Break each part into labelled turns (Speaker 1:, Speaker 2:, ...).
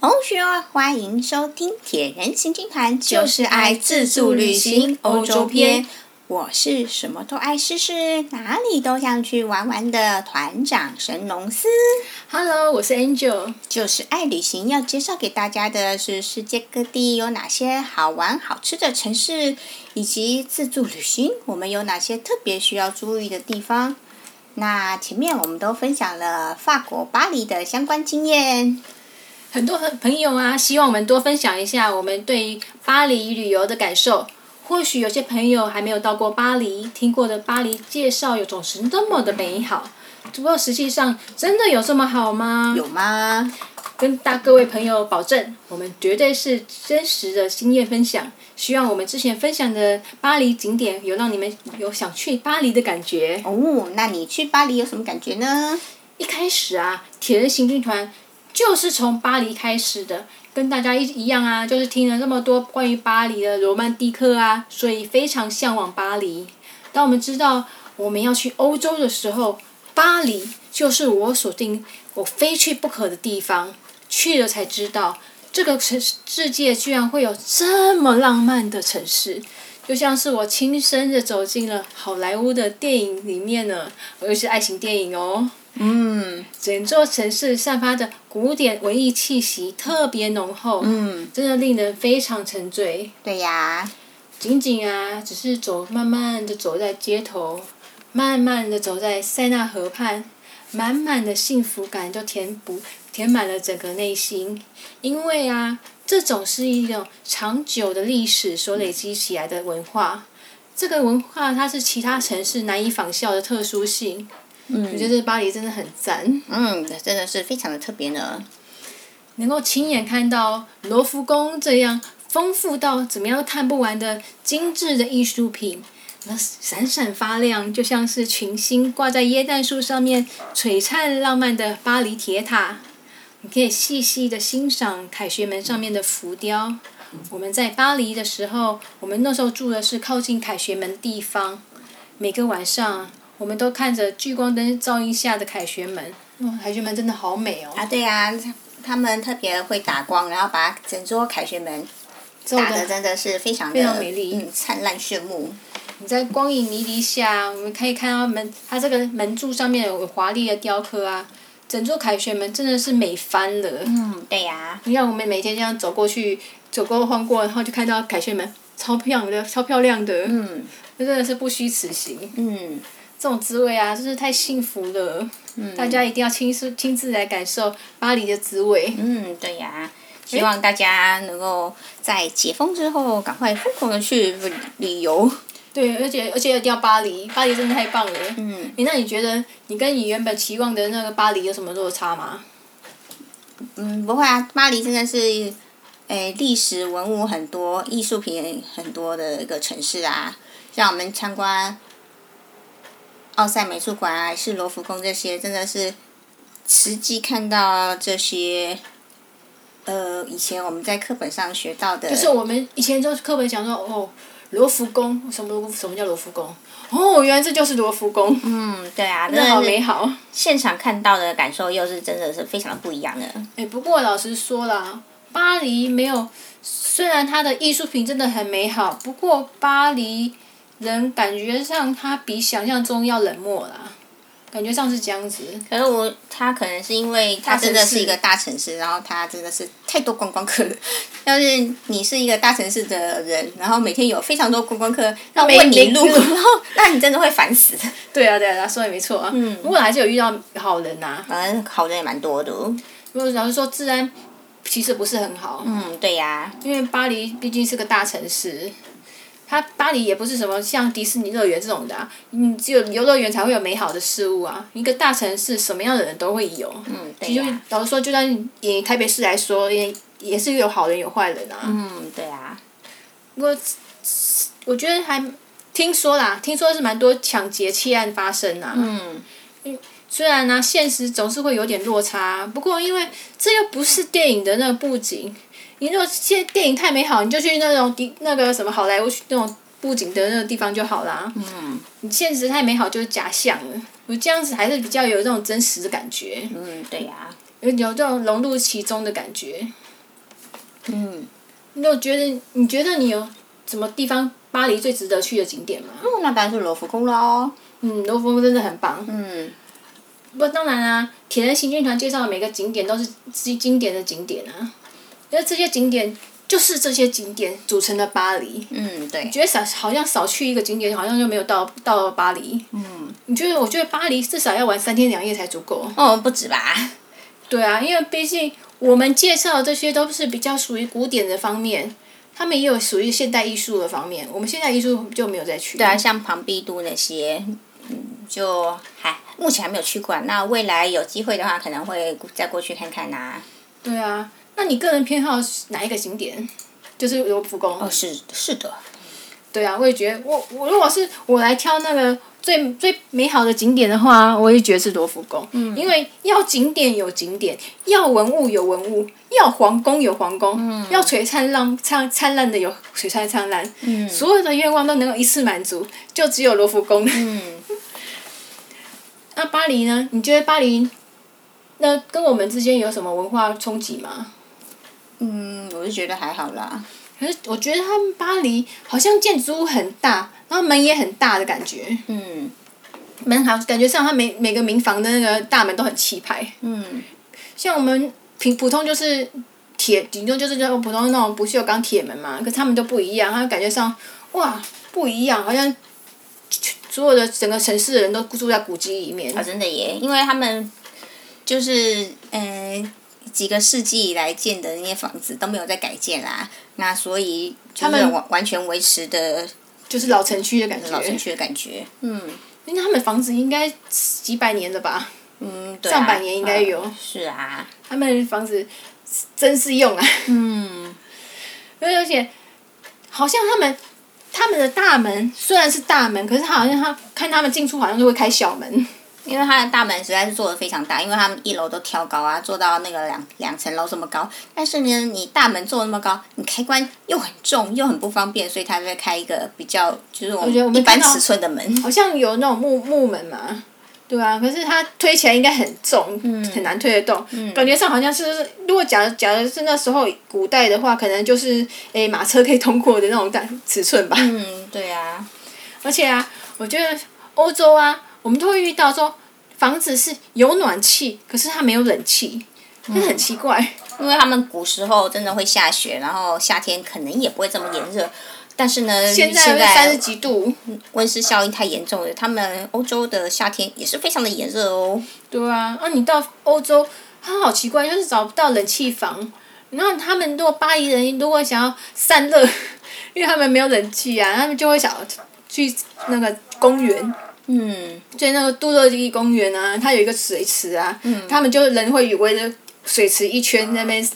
Speaker 1: 哦，需要欢迎收听《铁人行军团》，就是爱自助旅行欧洲篇。我是什么都爱试试，哪里都想去玩玩的团长神农司。
Speaker 2: Hello，我是 Angel。
Speaker 1: 就是爱旅行，要介绍给大家的是世界各地有哪些好玩好吃的城市，以及自助旅行我们有哪些特别需要注意的地方。那前面我们都分享了法国巴黎的相关经验，
Speaker 2: 很多朋友啊，希望我们多分享一下我们对巴黎旅游的感受。或许有些朋友还没有到过巴黎，听过的巴黎介绍有总是那么的美好，不过实际上真的有这么好吗？
Speaker 1: 有吗？
Speaker 2: 跟大各位朋友保证，我们绝对是真实的经验分享。希望我们之前分享的巴黎景点有让你们有想去巴黎的感觉。
Speaker 1: 哦，那你去巴黎有什么感觉呢？
Speaker 2: 一开始啊，铁人行军团就是从巴黎开始的，跟大家一一样啊，就是听了那么多关于巴黎的罗曼蒂克啊，所以非常向往巴黎。当我们知道我们要去欧洲的时候，巴黎就是我锁定我非去不可的地方。去了才知道，这个城世界居然会有这么浪漫的城市，就像是我亲身的走进了好莱坞的电影里面呢，尤其是爱情电影哦。
Speaker 1: 嗯
Speaker 2: 整座城市散发的古典文艺气息特别浓厚，
Speaker 1: 嗯，
Speaker 2: 真的令人非常沉醉。
Speaker 1: 对呀，
Speaker 2: 仅仅啊，只是走，慢慢的走在街头，慢慢的走在塞纳河畔，满满的幸福感就填补填满了整个内心。因为啊，这种是一种长久的历史所累积起来的文化，这个文化它是其他城市难以仿效的特殊性。嗯，我觉得巴黎真的很赞。
Speaker 1: 嗯，真的是非常的特别呢。
Speaker 2: 能够亲眼看到罗浮宫这样丰富到怎么样都看不完的精致的艺术品，那闪闪发亮，就像是群星挂在椰蛋树上面璀璨浪漫的巴黎铁塔。你可以细细的欣赏凯旋门上面的浮雕。我们在巴黎的时候，我们那时候住的是靠近凯旋门的地方。每个晚上，我们都看着聚光灯照映下的凯旋门，哇，凯旋门真的好美哦。
Speaker 1: 啊，对呀，他们特别会打光，然后把整座凯旋门
Speaker 2: 照
Speaker 1: 打
Speaker 2: 得
Speaker 1: 的真的是非常的
Speaker 2: 非常美丽
Speaker 1: 嗯，灿烂炫目。
Speaker 2: 你在光影迷离下，我们可以看到门，它这个门柱上面有华丽的雕刻啊，整座凯旋门真的是美翻了。
Speaker 1: 嗯，对呀，
Speaker 2: 你看我们每天这样走过去，走过晃过，然后就看到凯旋门，超漂亮的，超漂亮的，
Speaker 1: 嗯
Speaker 2: 这真的是不虚此行。
Speaker 1: 嗯，
Speaker 2: 这种滋味啊，真是太幸福了。大家一定要亲自亲自来感受巴黎的滋味。
Speaker 1: 嗯，对呀。希望大家能够在解封之后赶快疯狂的去旅旅游。
Speaker 2: 对，而且而且一定要巴黎，巴黎真的太棒了。
Speaker 1: 嗯，
Speaker 2: 诶那你觉得你跟你原本期望的那个巴黎有什么落差吗？
Speaker 1: 嗯，不会啊，巴黎真的是，诶，历史文物很多、艺术品很多的一个城市啊。像我们参观奥赛美术馆啊，还是罗浮宫这些，真的是实际看到这些，呃，以前我们在课本上学到的，
Speaker 2: 就是我们以前就是课本讲说，哦，罗浮宫，什么罗什么叫罗浮宫？哦，原来这就是罗浮宫，
Speaker 1: 嗯，对啊，
Speaker 2: 那好
Speaker 1: 真的
Speaker 2: 美
Speaker 1: 是
Speaker 2: 好。
Speaker 1: 现场看到的感受，又是真的是非常不一样的。
Speaker 2: 哎，不过老实说啦，巴黎没有，虽然它的艺术品真的很美好，不过巴黎人感觉上他比想象中要冷漠啦，感觉上是这样子。
Speaker 1: 可是我他可能是因为他真的是一个大城市，然后他真的是太多观光客了。要是你是一个大城市的人，然后每天有非常多观光客要
Speaker 2: 没
Speaker 1: 问你
Speaker 2: 没
Speaker 1: 路，
Speaker 2: 路
Speaker 1: 然后那你真的会烦死的。
Speaker 2: 对啊，对啊，说的没错啊。嗯。不过还是有遇到好人呐、啊。
Speaker 1: 反正好人也蛮多的。
Speaker 2: 如果老实说，治安 其实不是很好。嗯。
Speaker 1: 嗯，对呀、
Speaker 2: 因为巴黎毕竟是个大城市，它巴黎也不是什么像迪士尼乐园这种的、啊，你只有游乐园才会有美好的事物啊。一个大城市什么样的人都会有，
Speaker 1: 嗯，对
Speaker 2: 其实
Speaker 1: 呀、
Speaker 2: 老实说，就算以台北市来说，也也是有好人有坏人啊。
Speaker 1: 嗯，对呀、
Speaker 2: 我我觉得还听说啦，听说是蛮多抢劫窃案发生啊。
Speaker 1: 嗯，
Speaker 2: 虽然呢、现实总是会有点落差，不过因为这又不是电影的那个布景，你如果现在电影太美好，你就去那种迪那个什么好莱坞去那种布景的那个地方就好啦。
Speaker 1: 嗯，
Speaker 2: 你现实太美好就是假象了，我这样子还是比较有这种真实的感觉，
Speaker 1: 嗯，对呀、
Speaker 2: 有有这种融入其中的感觉。
Speaker 1: 嗯，
Speaker 2: 那我觉得，你觉得你有什么地方巴黎最值得去的景点吗？
Speaker 1: 哦那当然是罗浮宫喽。
Speaker 2: 嗯，罗浮宫真的很棒。
Speaker 1: 嗯，
Speaker 2: 不，当然啊，铁人行军团介绍的每个景点都是经经典的景点啊。那这些景点就是这些景点组成的巴黎。
Speaker 1: 嗯，对
Speaker 2: 你，觉得少好像少去一个景点，好像就没有到到巴黎。
Speaker 1: 嗯，
Speaker 2: 你觉得？我觉得巴黎至少要玩三天两夜才足够。
Speaker 1: 哦，不止吧？
Speaker 2: 对啊，因为毕竟我们介绍的这些都是比较属于古典的方面，他们也有属于现代艺术的方面。我们现代艺术就没有再去。
Speaker 1: 对啊，像庞毕都那些，嗯，就还目前还没有去过啊。那未来有机会的话，可能会再过去看看呐、
Speaker 2: 对啊，那你个人偏好是哪一个景点？就是罗浮宫。
Speaker 1: 哦，是是的，
Speaker 2: 对啊，我也觉得，我我如果是我来挑那个最最美好的景点的话，我也觉得是罗浮宫。嗯。因为要景点有景点，要文物有文物，要皇宫有皇宫，嗯、要璀璨浪灿灿烂的有璀璨灿烂。嗯。所有的愿望都能够一次满足，就只有罗浮宫。
Speaker 1: 嗯，
Speaker 2: 那巴黎呢？你觉得巴黎，那跟我们之间有什么文化冲击吗？
Speaker 1: 嗯，我就觉得还好啦。
Speaker 2: 可是我觉得他们巴黎好像建筑物很大，然后门也很大的感觉，
Speaker 1: 嗯
Speaker 2: 门好感觉上它每每个民房的那个大门都很气派。
Speaker 1: 嗯
Speaker 2: 像我们平普通就是铁，顶多就是那种普通那种不锈钢铁门嘛，可是他们都不一样，他感觉上哇不一样，好像所有的整个城市的人都住在古迹里面
Speaker 1: 啊，。真的耶，因为他们就是嗯、呃、几个世纪以来建的那些房子都没有在改建啦，那所以他
Speaker 2: 他们
Speaker 1: 完完全维持的
Speaker 2: 就是老城区的感觉，
Speaker 1: 老城区的感觉。嗯
Speaker 2: 因为他们房子应该几百年了吧？
Speaker 1: 嗯，对、啊，
Speaker 2: 上百年应该有
Speaker 1: 嗯是啊，
Speaker 2: 他们房子真是用啊，
Speaker 1: 嗯
Speaker 2: 而而且好像他们他们的大门虽然是大门，可是他好像他看他们进出好像就会开小门，，
Speaker 1: 因为它的大门实在是做的非常大，因为他们一楼都挑高啊，做到那个两两层楼这么高。但是呢，你大门做得那么高，你开关又很重，又很不方便，所以他就会开一个比较就是我
Speaker 2: 我觉得我
Speaker 1: 们
Speaker 2: 们
Speaker 1: 一般
Speaker 2: 看到
Speaker 1: 尺寸的门。
Speaker 2: 好像有那种木木门嘛，对啊，可是它推起来应该很重，很难推得动，感觉上好像是如果假假如是那时候古代的话，可能就是诶、马车可以通过的那种大尺寸吧，
Speaker 1: 嗯，对啊，
Speaker 2: 而且啊，我觉得欧洲啊，我们都会遇到说房子是有暖气，可是它没有冷气，那很奇怪。
Speaker 1: 因为他们古时候真的会下雪，然后夏天可能也不会这么炎热。但是呢，
Speaker 2: 现
Speaker 1: 嗯现
Speaker 2: 在三十几度，
Speaker 1: 温室效应太严重了，他们欧洲的夏天也是非常的炎热哦。
Speaker 2: 对啊，啊，你到欧洲，它好奇怪，就是找不到冷气房。然后他们如果巴黎人如果想要散热，因为他们没有冷气啊，他们就会想要去那个公园，
Speaker 1: 嗯，
Speaker 2: 在那个杜乐地公园啊，它有一个水池啊，他们就人会围着水池一圈在那边，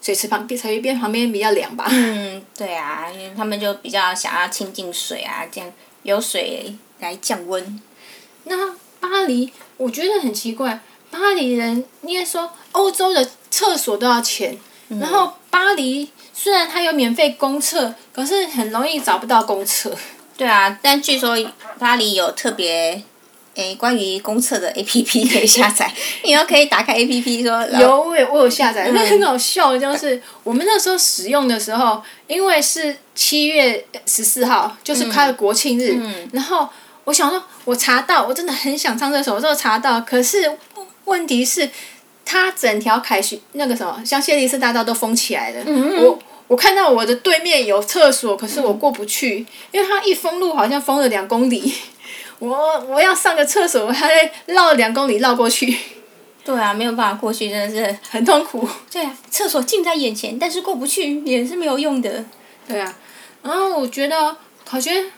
Speaker 2: 水池旁边水边旁边比较凉吧。
Speaker 1: 嗯，对啊，因为他们就比较想要亲近水啊，这样有水来降温。
Speaker 2: 那巴黎，我觉得很奇怪，巴黎人应该说欧洲的厕所都要钱，然后巴黎虽然它有免费公厕，可是很容易找不到公厕。
Speaker 1: 对啊，但据说巴黎有特别诶关于公厕的 APP 可以下载，你又可以打开 APP 说然后
Speaker 2: 有，我有我有下载，那 很好笑的就是我们那时候使用的时候，因为是七月十四号，就是它的国庆日，然后我想说，我查到，我真的很想上厕所，我就查到，可是问题是，它整条凯旋那个什么，像谢丽斯大道都封起来了，我。我看到我的对面有厕所，可是我过不去，因为它一封路好像封了两公里。我我要上个厕所，我还得绕两公里绕过去，
Speaker 1: 对啊，没有办法过去，真的是
Speaker 2: 很痛苦。
Speaker 1: 对啊，厕所近在眼前，但是过不去也是没有用的。
Speaker 2: 对啊，然后我觉得，我觉得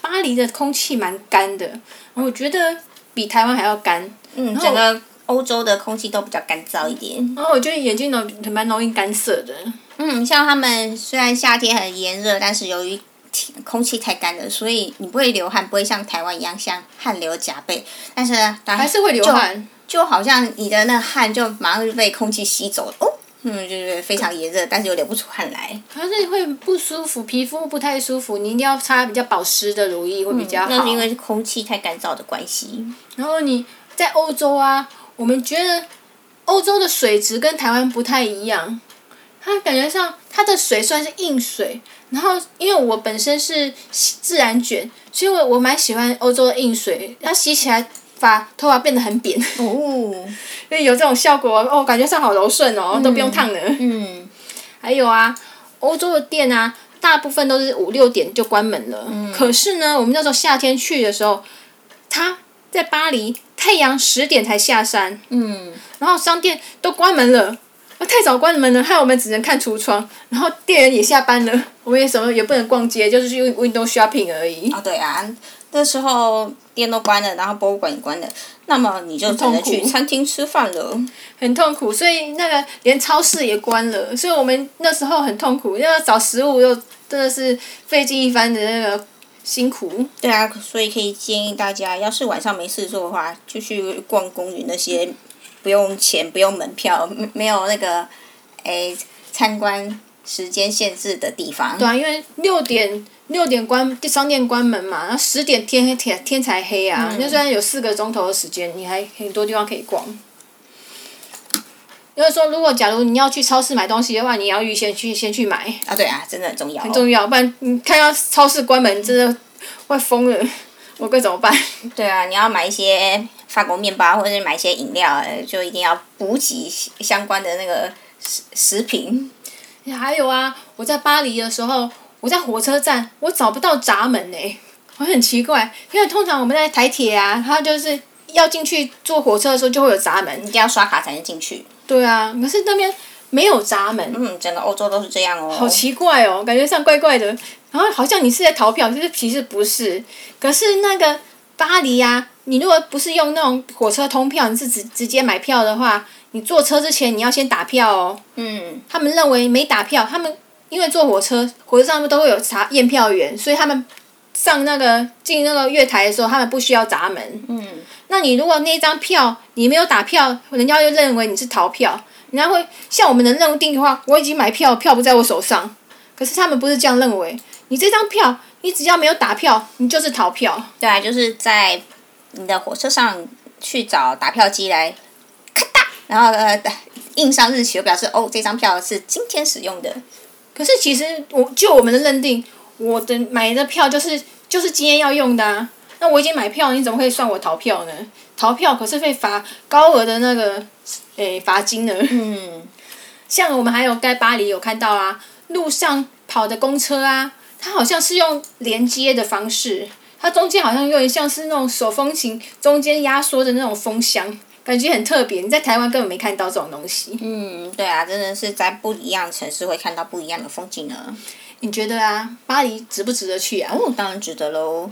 Speaker 2: 巴黎的空气蛮干的，我觉得比台湾还要干。
Speaker 1: 嗯，
Speaker 2: 然后
Speaker 1: 整个欧洲的空气都比较干燥一点。
Speaker 2: 然后我觉得眼睛容蛮容易干涩的。
Speaker 1: 嗯，像他们虽然夏天很炎热，但是由于天空气太干了，所以你不会流汗，不会像台湾一样像汗流浃背。但是呢，还
Speaker 2: 还是会流，汗，
Speaker 1: 就就好像你的那汗就马上就被空气吸走了。哦，嗯，就是非常炎热，但是又流不出汗来。
Speaker 2: 可是会不舒服，皮肤不太舒服。你一定要擦比较保湿的乳液会比较好。
Speaker 1: 嗯那是因为空气太干燥的关系。
Speaker 2: 然后你在欧洲啊，我们觉得欧洲的水质跟台湾不太一样，它感觉上它的水虽然是硬水，然后因为我本身是洗自然卷，所以我我蛮喜欢欧洲的硬水，它洗起来把头发变得很 扁，
Speaker 1: 哦，
Speaker 2: 所以有这种效果哦，感觉上好柔顺哦，都不用烫了。
Speaker 1: 嗯，
Speaker 2: 还有啊，欧洲的店啊，大部分都是五六点就关门了。可是呢，我们那时候夏天去的时候，它在巴黎太阳十点才下山，
Speaker 1: 嗯，
Speaker 2: 然后商店都关门了。啊太早关门了，害我们只能看橱窗，然后店员也下班了， 我们也什么也不能逛街，就是去 window shopping 而已。
Speaker 1: 哦对啊，那时候店都关了，然后博物馆也关了，那么你就只
Speaker 2: 痛
Speaker 1: 能
Speaker 2: 苦
Speaker 1: 去餐厅吃饭了。
Speaker 2: 很痛苦，所以那个连超市也关了，所以我们那时候很痛苦，要找食物又真的是费尽一番的那个辛苦。
Speaker 1: 对啊，所以可以建议大家，要是晚上没事做的话，就去逛公园那些不用钱、不用门票、没没有那个诶参观时间限制的地方。
Speaker 2: 对啊，因为六点六点关商店关门嘛，然后十点天黑天天才黑啊，那虽然有四个钟头的时间，你还很多地方可以逛。因为说，如果假如你要去超市买东西的话，你要预先去先去买，
Speaker 1: 啊，对啊，真的很重要哦。
Speaker 2: 很重要，不然你看到超市关门，真的会疯了，我该怎么办？
Speaker 1: 对啊，你要买一些法国面包，或者是买一些饮料，呃就一定要补给相关的那个食食品。
Speaker 2: 还有啊，我在巴黎的时候，我在火车站，我找不到闸门哎、我很奇怪，因为通常我们在台铁啊，它就是要进去坐火车的时候就会有闸门。
Speaker 1: 一定要刷卡才能进去。
Speaker 2: 对啊，可是那边没有闸门，
Speaker 1: 嗯，整个欧洲都是这样哦。
Speaker 2: 好奇怪哦，感觉上怪怪的。然后好像你是在逃票，就是其实不是。可是那个巴黎啊，你如果不是用那种火车通票，你是直直接买票的话，你坐车之前你要先打票哦。
Speaker 1: 嗯，
Speaker 2: 他们认为没打票，他们因为坐火车，火车上面都会有查验票员，所以他们上那个进那个月台的时候，他们不需要闸门。嗯，那你如果那一张票你没有打票，人家就认为你是逃票，人家会像我们能认定的话，我已经买票，票不在我手上。可是他们不是这样认为，你这张票你只要没有打票，你就是逃票。
Speaker 1: 对啊，就是在你的火车上去找打票机来，咔嗒，然后呃打印上日期，表示哦这张票是今天使用的。
Speaker 2: 可是其实我就我们的认定，我的买的票就是就是今天要用的啊。那我已经买票，你怎么可以算我逃票呢？逃票可是会罚高额的那个诶罚金呢。
Speaker 1: 嗯，
Speaker 2: 像我们还有在巴黎有看到啊，路上跑的公车啊，它好像是用连接的方式，它中间好像有点像是那种手风琴中间压缩的那种风箱，感觉很特别。你在台湾根本没看到这种东西。
Speaker 1: 嗯，对啊，真的是在不一样的城市会看到不一样的风景呢。
Speaker 2: 你觉得啊，巴黎值不值得去啊？
Speaker 1: 哦，当然值得喽。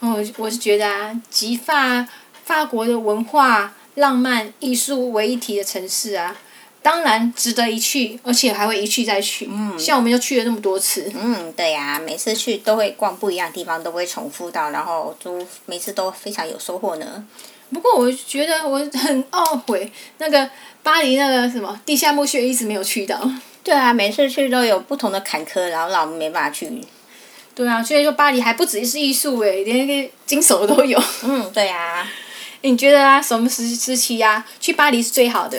Speaker 2: 我我是觉得啊，集法法国的文化、浪漫、艺术为一体的城市啊，当然值得一去，而且还会一去再去。嗯，像我们就去了那么多次，
Speaker 1: 嗯，对呀、每次去都会逛不一样的地方，都不会重复到，然后都每次都非常有收获呢。
Speaker 2: 不过我觉得我很懊悔，那个巴黎那个什么地下墓穴一直没有去到。
Speaker 1: 对啊，每次去都有不同的坎坷，然后让我们没办法去。
Speaker 2: 对啊，所以说巴黎还不只是艺术诶，连那个经手都有。
Speaker 1: 嗯，对呀、
Speaker 2: 你觉得啊，什么时时期啊，去巴黎是最好的？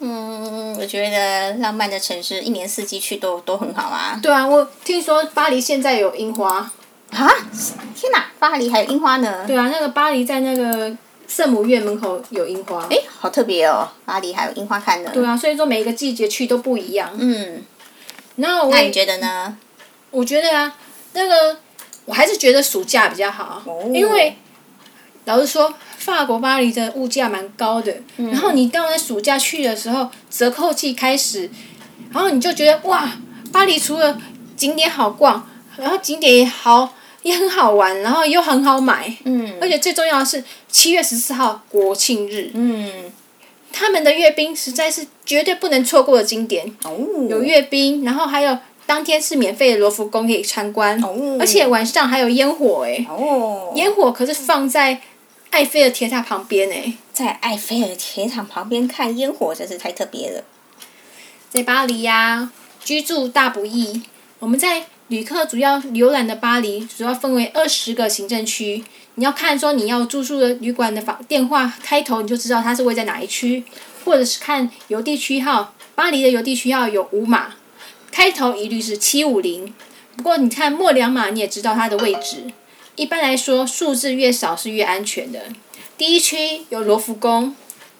Speaker 1: 嗯，我觉得浪漫的城市一年四季去都都很好啊。
Speaker 2: 对啊，我听说巴黎现在有樱花。
Speaker 1: 啊！天哪，巴黎还有樱花呢！
Speaker 2: 对啊，那个巴黎在那个圣母院门口有樱花。
Speaker 1: 哎，好特别哦，巴黎还有樱花看呢。
Speaker 2: 对啊，所以说每一个季节去都不一样。
Speaker 1: 嗯，
Speaker 2: 那我
Speaker 1: 那你觉得呢？
Speaker 2: 我觉得啊，那个我还是觉得暑假比较好，
Speaker 1: 哦
Speaker 2: 因为老实说，法国巴黎的物价蛮高的，
Speaker 1: 嗯
Speaker 2: 然后你到那暑假去的时候，折扣季开始，然后你就觉得哇，巴黎除了景点好逛，然后景点也好。也很好玩，然后又很好买，
Speaker 1: 嗯
Speaker 2: 而且最重要的是七月十四号国庆日，
Speaker 1: 嗯，
Speaker 2: 他们的阅兵实在是绝对不能错过的景点，
Speaker 1: 哦，
Speaker 2: 有阅兵，然后还有当天是免费的罗浮宫可以参观，
Speaker 1: 哦
Speaker 2: 而且晚上还有烟火哎，
Speaker 1: 哦，
Speaker 2: 烟火可是放在埃菲尔铁塔旁边哎，
Speaker 1: 在埃菲尔铁塔旁边看烟火真是太特别了。
Speaker 2: 在巴黎呀、居住大不易。我们在旅客主要浏览的巴黎，主要分为二十个行政区。你要看说你要住宿的旅馆的房电话开头，你就知道它是位在哪一区，或者是看邮递区号，巴黎的邮递需要有五码，开头一律是七五零。不过你看末两码，你也知道它的位置。一般来说，数字越少是越安全的。第一区有罗浮宫，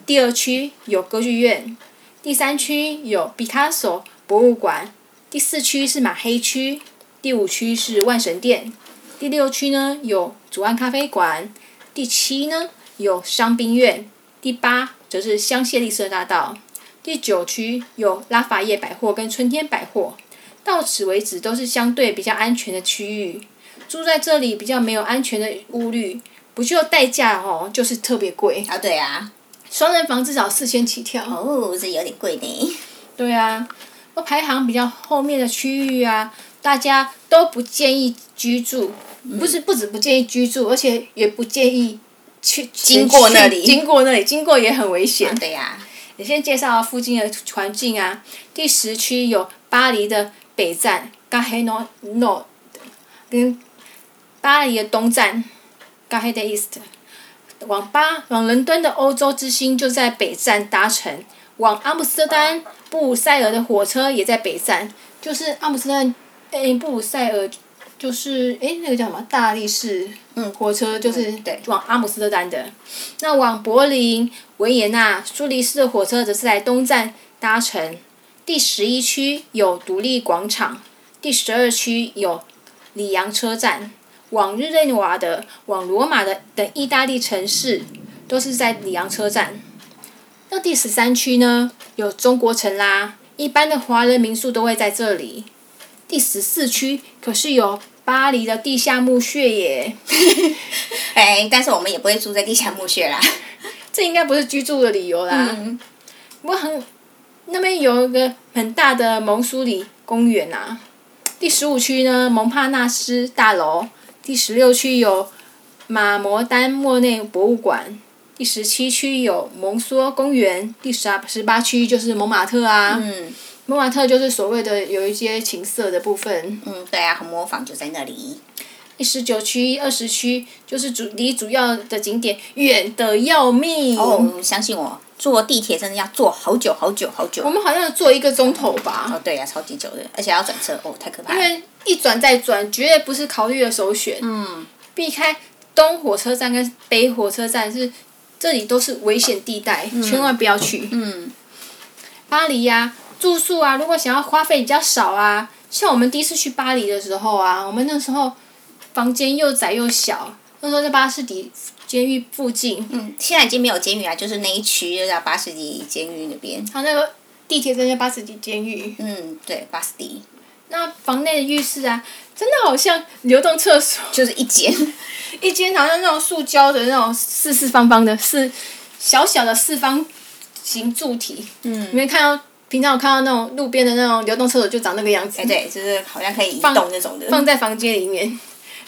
Speaker 2: 第二区有歌剧院，第三区有毕卡索博物馆，第四区是马黑区，第五区是万神殿，第六区呢有左岸咖啡馆，第七呢有伤兵院，第八则是香榭丽舍大道，第九区有拉法叶百货跟春天百货。到此为止都是相对比较安全的区域，住在这里比较没有安全的顾虑，不就代价哦，就是特别贵，
Speaker 1: 啊，对啊，
Speaker 2: 双人房至少四千起跳。
Speaker 1: 哦，这有点贵 呢。
Speaker 2: 对啊，那排行比较后面的区域啊，大家都不建议居住，
Speaker 1: 嗯
Speaker 2: 不是不止不建议居住，而且也不建议去
Speaker 1: 经过那里
Speaker 2: 去经过那里，经过也很危险
Speaker 1: 啊。对呀、
Speaker 2: 你先介绍附近的环境啊。第十区有巴黎的北站，跟黑诺诺，跟巴黎的东站，跟黑的 East。往巴往伦敦的欧洲之星就在北站搭乘，往阿姆斯特丹、布鲁塞尔的火车也在北站，就是阿姆斯特丹，诶、布鲁塞尔就是诶、那个叫什么大力士，嗯，火车就是、
Speaker 1: 嗯对
Speaker 2: 往阿姆斯特丹的，那往柏林、维也纳、苏黎世的火车则是在东站搭乘。第十一区有独立广场，第十二区有里昂车站，往日内瓦的、往罗马的等意大利城市都是在里昂车站。那第十三区呢，有中国城啦，一般的华人民宿都会在这里。第十四区可是有巴黎的地下墓穴耶，
Speaker 1: 哎，但是我们也不会住在地下墓穴啦。
Speaker 2: 这应该不是居住的理由啦。
Speaker 1: 嗯，
Speaker 2: 不过很那边有一个很大的蒙苏里公园啊。第十五区呢，蒙帕纳斯大楼；第十六区有马摩丹莫内博物馆；第十七区有蒙梭公园；第十二、十八区就是蒙马特啊。
Speaker 1: 嗯
Speaker 2: 蒙马特就是所谓的有一些情色的部分。
Speaker 1: 嗯，对啊，红磨坊就在那里。
Speaker 2: 第十九区、二十区就是主离主要的景点远的要命。
Speaker 1: 哦，相信我，坐地铁真的要坐好久好久好久
Speaker 2: 我。们好像坐一个钟头吧。
Speaker 1: 哦，对呀、超级久的，而且要转车，哦，太可怕
Speaker 2: 因
Speaker 1: 了。
Speaker 2: 为一转再转，绝对不是考虑的首选。
Speaker 1: 嗯，
Speaker 2: 避开东火车站跟北火车站是，这里都是危险地带，千万不要去。
Speaker 1: 嗯，
Speaker 2: 巴黎呀、住宿啊，如果想要花费比较少啊，像我们第一次去巴黎的时候啊，我们那时候房间又窄又小，那时候在巴士底监狱附近，
Speaker 1: 嗯，现在已经没有监狱啊，就是那一区，就叫巴士底监狱那边。
Speaker 2: 它那个地铁站叫巴士底监狱。
Speaker 1: 嗯，对，巴士底
Speaker 2: 那房内的浴室啊，真的好像流动厕所。
Speaker 1: 就是一间。
Speaker 2: 一间好像那种塑胶的那种四四方方的四小小的四方形柱体，
Speaker 1: 嗯
Speaker 2: 你，们看到平常有看到那种路边的那种流动厕所就长那个样子，
Speaker 1: 哎，对，就是好像可以移
Speaker 2: 放
Speaker 1: 动那种的。
Speaker 2: 放在房间里面，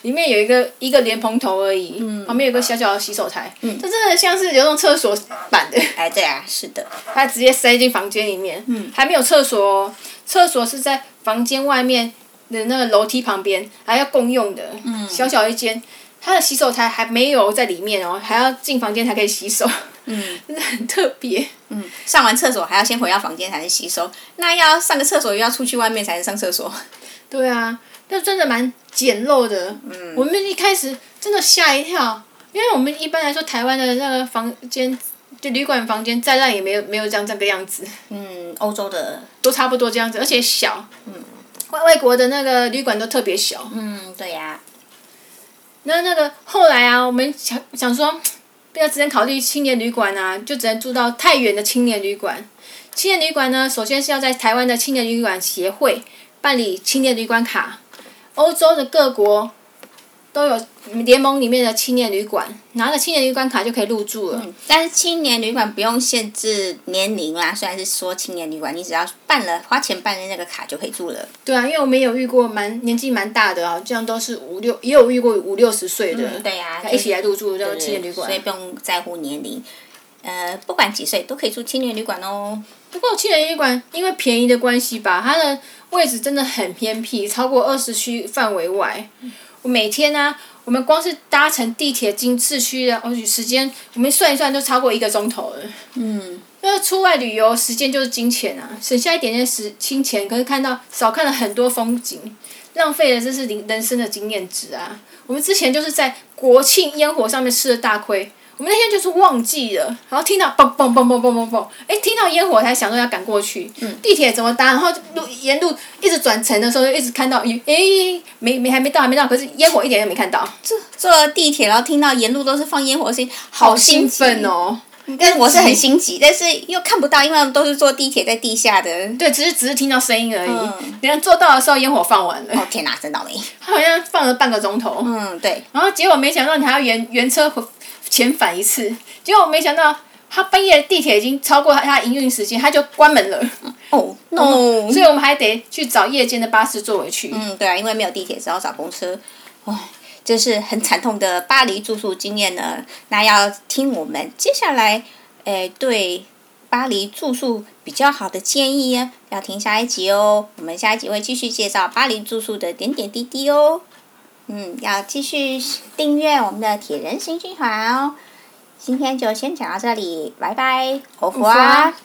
Speaker 2: 里面有一个一个莲蓬头而已，
Speaker 1: 嗯
Speaker 2: 旁边有个小小的洗手台，这真的像是流动厕所版的，
Speaker 1: 哎，对啊，是的。
Speaker 2: 它直接塞进房间里面，还没有厕所哦，厕所是在房间外面的那个楼梯旁边，还要共用的，小小一间，它的洗手台还没有在里面哦，还要进房间才可以洗手，
Speaker 1: 嗯
Speaker 2: 真的很特别。
Speaker 1: 嗯，上完厕所还要先回到房间才能洗手，那要上个厕所又要出去外面才能上厕所。
Speaker 2: 对啊，那真的蛮简陋的。我们一开始真的吓一跳，因为我们一般来说台湾的那个房间，就旅馆房间再烂也没有没有这样这个样子，
Speaker 1: 嗯，欧洲的，
Speaker 2: 都差不多这样子，而且小。外外国的那个旅馆都特别小，
Speaker 1: 嗯，对呀、
Speaker 2: 那那个后来啊，我们想想说，不要只能考虑青年旅馆啊，就只能住到太远的青年旅馆。青年旅馆呢，首先是要在台湾的青年旅馆协会办理青年旅馆卡，欧洲的各国都有联盟里面的青年旅馆，拿着青年旅馆卡就可以入住了。
Speaker 1: 嗯，但是青年旅馆不用限制年龄啦，虽然是说青年旅馆，你只要办了花钱办的那个卡就可以住了。
Speaker 2: 对啊，因为我们有遇过蛮年纪蛮大的啊，这样都是五六，也有遇过五六十岁的，
Speaker 1: 嗯对啊
Speaker 2: 一起来入住这个
Speaker 1: 对
Speaker 2: 青年旅馆
Speaker 1: 所以。不用在乎年龄，呃，不管几岁都可以住青年旅馆哦。
Speaker 2: 不过青年旅馆因为便宜的关系吧，它的位置真的很偏僻，超过二十区范围外。我每天呢、我们光是搭乘地铁进市区的，哦，时间我们算一算都超过一个钟头了。
Speaker 1: 嗯，
Speaker 2: 因为出外旅游时间就是金钱啊，省下一点点时金钱，可是看到少看了很多风景，浪费了这是人人生的经验值啊。我们之前就是在国庆烟火上面吃了大亏，我们那天就是忘记了，然后听到嘣嘣嘣嘣嘣嘣嘣，哎，听到烟火才想说要赶过去，
Speaker 1: 嗯
Speaker 2: 地铁怎么搭，然后路沿路一直转乘的时候就一直看到，咦哎，没没还没到还没到，可是烟火一点都没看到，
Speaker 1: 坐坐了地铁，然后听到沿路都是放烟火声音，
Speaker 2: 好
Speaker 1: 好
Speaker 2: 兴奋
Speaker 1: 哦！
Speaker 2: 哦！
Speaker 1: 但是我是很心急，但是又看不到，因为我们都是坐地铁在地下的。
Speaker 2: 对，只是只是听到声音而已。
Speaker 1: 嗯
Speaker 2: 等下坐到的时候，烟火放完了，
Speaker 1: 哦天哪，真倒霉。
Speaker 2: 他好像放了半个钟头，
Speaker 1: 嗯，对，
Speaker 2: 然后结果没想到你还要原原车回遣返一次，结果没想到他半夜地铁已经超过他营运时间，他就关门了。
Speaker 1: 哦
Speaker 2: 哦，
Speaker 1: no，
Speaker 2: 所以我们还得去找夜间的巴士坐回去。
Speaker 1: 嗯，对啊，因为没有地铁，只好找公车。哇，这是很惨痛的巴黎住宿经验呢。那要听我们接下来，诶、对巴黎住宿比较好的建议呀，要听下一集哦。我们下一集会继续介绍巴黎住宿的点点滴滴哦。嗯，要继续订阅我们的铁人行军团哦。今天就先讲到这里，拜拜，欧福
Speaker 2: 福
Speaker 1: 啊
Speaker 2: 啊！